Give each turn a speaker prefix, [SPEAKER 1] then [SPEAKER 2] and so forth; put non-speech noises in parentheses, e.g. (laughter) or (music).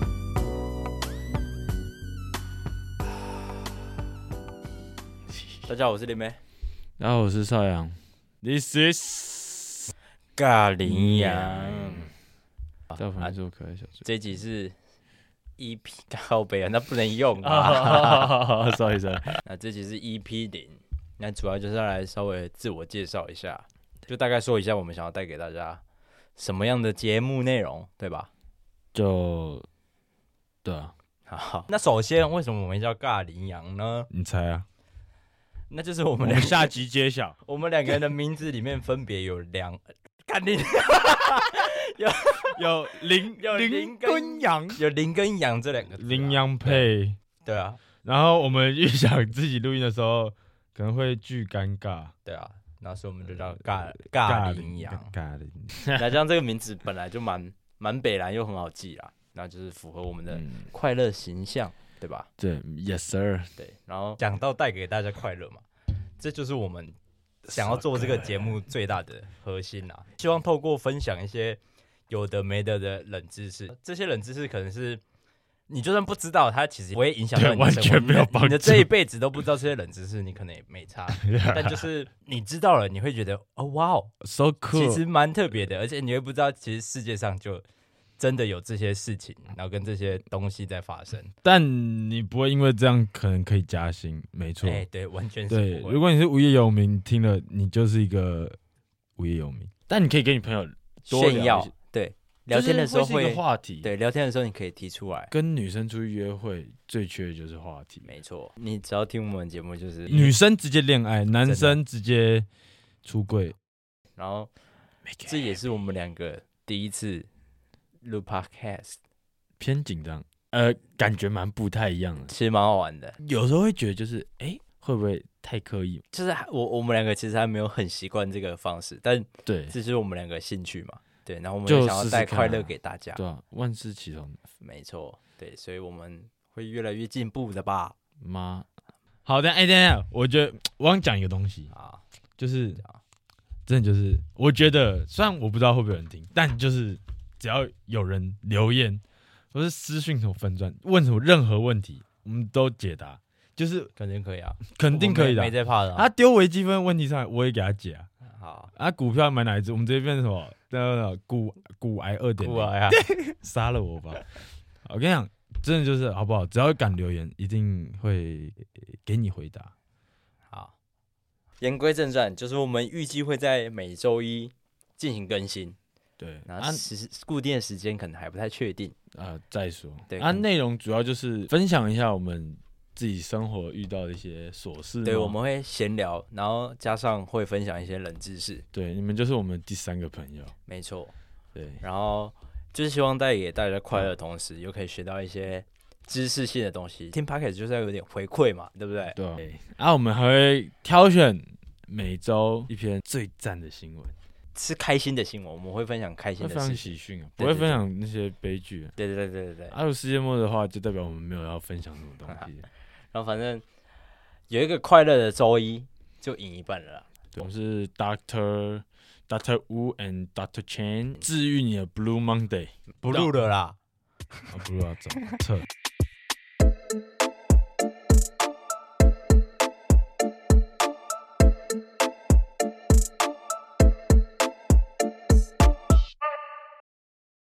[SPEAKER 1] (laughs) 大家好，我是林梅。
[SPEAKER 2] 大家好，我是邵阳。This is
[SPEAKER 1] 尬羚羊，
[SPEAKER 2] 在我旁边是我可爱小猪。
[SPEAKER 1] 嗯啊这一集是 EP (laughs) 靠背啊，那不能用啊。
[SPEAKER 2] (laughs) 啊，sorry sorry，
[SPEAKER 1] 那这集是 EP 零，那主要就是要来稍微自我介绍一下，就大概说一下我们想要带给大家什么样的节目内容，对吧？
[SPEAKER 2] 就对啊，
[SPEAKER 1] 好，那首先为什么我们叫尬羚羊呢？
[SPEAKER 2] 你猜啊？
[SPEAKER 1] 那就是我
[SPEAKER 2] 我
[SPEAKER 1] 们
[SPEAKER 2] 们 (laughs)
[SPEAKER 1] 两
[SPEAKER 2] 下集揭晓。
[SPEAKER 1] 我们两个人的名字里面分别有两，干你
[SPEAKER 2] 有林
[SPEAKER 1] 有林跟
[SPEAKER 2] 羊，
[SPEAKER 1] 有羚跟羊这两个字啊
[SPEAKER 2] 羚，羊配。
[SPEAKER 1] 对啊，
[SPEAKER 2] 然后我们预想自己录音的时候可能会巨尴尬，
[SPEAKER 1] 对啊，那所以我们就叫尬尬羚羊。
[SPEAKER 2] 尬羚。
[SPEAKER 1] (laughs) 那这样这个名字本来就蛮蛮北蓝又很好记啦，那就是符合我们的
[SPEAKER 2] 嗯，
[SPEAKER 1] 快乐形象，对吧？
[SPEAKER 2] 对，Yes sir。
[SPEAKER 1] 对，然后讲到带给大家快乐嘛，这就是我们想要做这个节目最大的核心啦。希望透过分享一些有的没的的冷知识，这些冷知识可能是你就算不知道，它其实不会影响到你的
[SPEAKER 2] 对完
[SPEAKER 1] 生活
[SPEAKER 2] 全没有
[SPEAKER 1] 你的
[SPEAKER 2] 帮助
[SPEAKER 1] 你的这一辈子都不知道这些冷知识，你可能也没
[SPEAKER 2] (laughs)
[SPEAKER 1] 差，但就是你知道了，你会觉得哦哇哦，
[SPEAKER 2] So
[SPEAKER 1] 其
[SPEAKER 2] (laughs) cool。
[SPEAKER 1] 实蛮特别的，而且你会不知道，其实世界上就真的有这些事情，然后跟这些东西在发生。
[SPEAKER 2] 但你不会因为这样可能可以加薪，没错
[SPEAKER 1] 哎、。对，完全
[SPEAKER 2] 对，
[SPEAKER 1] 是不会
[SPEAKER 2] 如果你是无业游民，听了你就是一个无业游民，但你可以给你朋友多
[SPEAKER 1] 炫
[SPEAKER 2] 聊一
[SPEAKER 1] 耀
[SPEAKER 2] 些，
[SPEAKER 1] 对，聊天的时候
[SPEAKER 2] 就是会是一个话题。，
[SPEAKER 1] 对，聊天的时候你可以提出来，
[SPEAKER 2] 跟女生出去约会最缺的就是话题。
[SPEAKER 1] 没错，你只要听我们节目就是
[SPEAKER 2] 女，生直接恋爱，男生直接出柜，
[SPEAKER 1] 然后这也是我们两个第一次录 podcast，
[SPEAKER 2] 偏紧张，呃，感觉蛮不太一样的。
[SPEAKER 1] 其实蛮好玩的，
[SPEAKER 2] 有时候会觉得就是，哎、会不会太刻意？
[SPEAKER 1] 就是还我我们两个其实还没有很习惯这个方式，但
[SPEAKER 2] 对，
[SPEAKER 1] 这就是我们两个兴趣嘛。对，然后我们
[SPEAKER 2] 就
[SPEAKER 1] 也想要
[SPEAKER 2] 试试
[SPEAKER 1] 带
[SPEAKER 2] 看
[SPEAKER 1] 快
[SPEAKER 2] 啊
[SPEAKER 1] 乐给大家。
[SPEAKER 2] 对啊，万事起头
[SPEAKER 1] 没错，对，所以我们会越来越进步的吧？
[SPEAKER 2] 妈。好的，哎、等一下，我觉得我想讲一个东西，
[SPEAKER 1] 啊，
[SPEAKER 2] 就是
[SPEAKER 1] 这样
[SPEAKER 2] 真的就是，我觉得虽然我不知道会不会有人听，但就是只要有人留言或是私讯什么粉钻，问什么任何问题，我们都解答，就是
[SPEAKER 1] 肯定可以啊，
[SPEAKER 2] 肯定可以的
[SPEAKER 1] 我
[SPEAKER 2] 啊
[SPEAKER 1] 没。在怕的
[SPEAKER 2] 他
[SPEAKER 1] 啊。
[SPEAKER 2] 丢微积分问题上来，我也给他解啊。
[SPEAKER 1] 好，
[SPEAKER 2] 啊，股票买哪一只？我们直接变成什么？啊那股股癌二点
[SPEAKER 1] 酷
[SPEAKER 2] 零，
[SPEAKER 1] 啊呀，
[SPEAKER 2] 杀了我吧！我跟你讲，真的就是好不好？只要敢留言，一定会给你回答。
[SPEAKER 1] 好。言归正传，就是我们预计会在每周一进行更新，
[SPEAKER 2] 对，
[SPEAKER 1] 然
[SPEAKER 2] 啊
[SPEAKER 1] 后时固定的时间可能还不太确定。
[SPEAKER 2] 啊，再说。
[SPEAKER 1] 对
[SPEAKER 2] 啊，
[SPEAKER 1] 可能
[SPEAKER 2] 内容主要就是分享一下我们自己生活遇到的一些琐事。
[SPEAKER 1] 对，我们会闲聊，然后加上会分享一些冷知识，
[SPEAKER 2] 对你们就是我们第三个朋友。
[SPEAKER 1] 没错。
[SPEAKER 2] 对，
[SPEAKER 1] 然后就是希望带给大家快乐的同时，又可以学到一些知识性的东西。听 p o c a s t 就是要有点回馈嘛，对不对？
[SPEAKER 2] 对啊。啊，我们还会挑选每周一篇最赞的新闻，
[SPEAKER 1] 是开心的新闻，我们会分享开心
[SPEAKER 2] 会
[SPEAKER 1] 的事
[SPEAKER 2] 分享
[SPEAKER 1] 情。
[SPEAKER 2] 喜讯啊，不
[SPEAKER 1] 对
[SPEAKER 2] 会
[SPEAKER 1] 对
[SPEAKER 2] 分享那些悲剧啊。
[SPEAKER 1] 对对对对对。对
[SPEAKER 2] 啊，如果世界末的话，就代表我们没有要分享什么东
[SPEAKER 1] (laughs)
[SPEAKER 2] 西。
[SPEAKER 1] 然后反正有一个快乐的周一就赢一半了啦。
[SPEAKER 2] 对，我们是 Doctor Doctor Wu and Doctor Chen，治愈你的 Blue Monday。
[SPEAKER 1] 不录了啦。
[SPEAKER 2] 啊，Blue 要走，撤。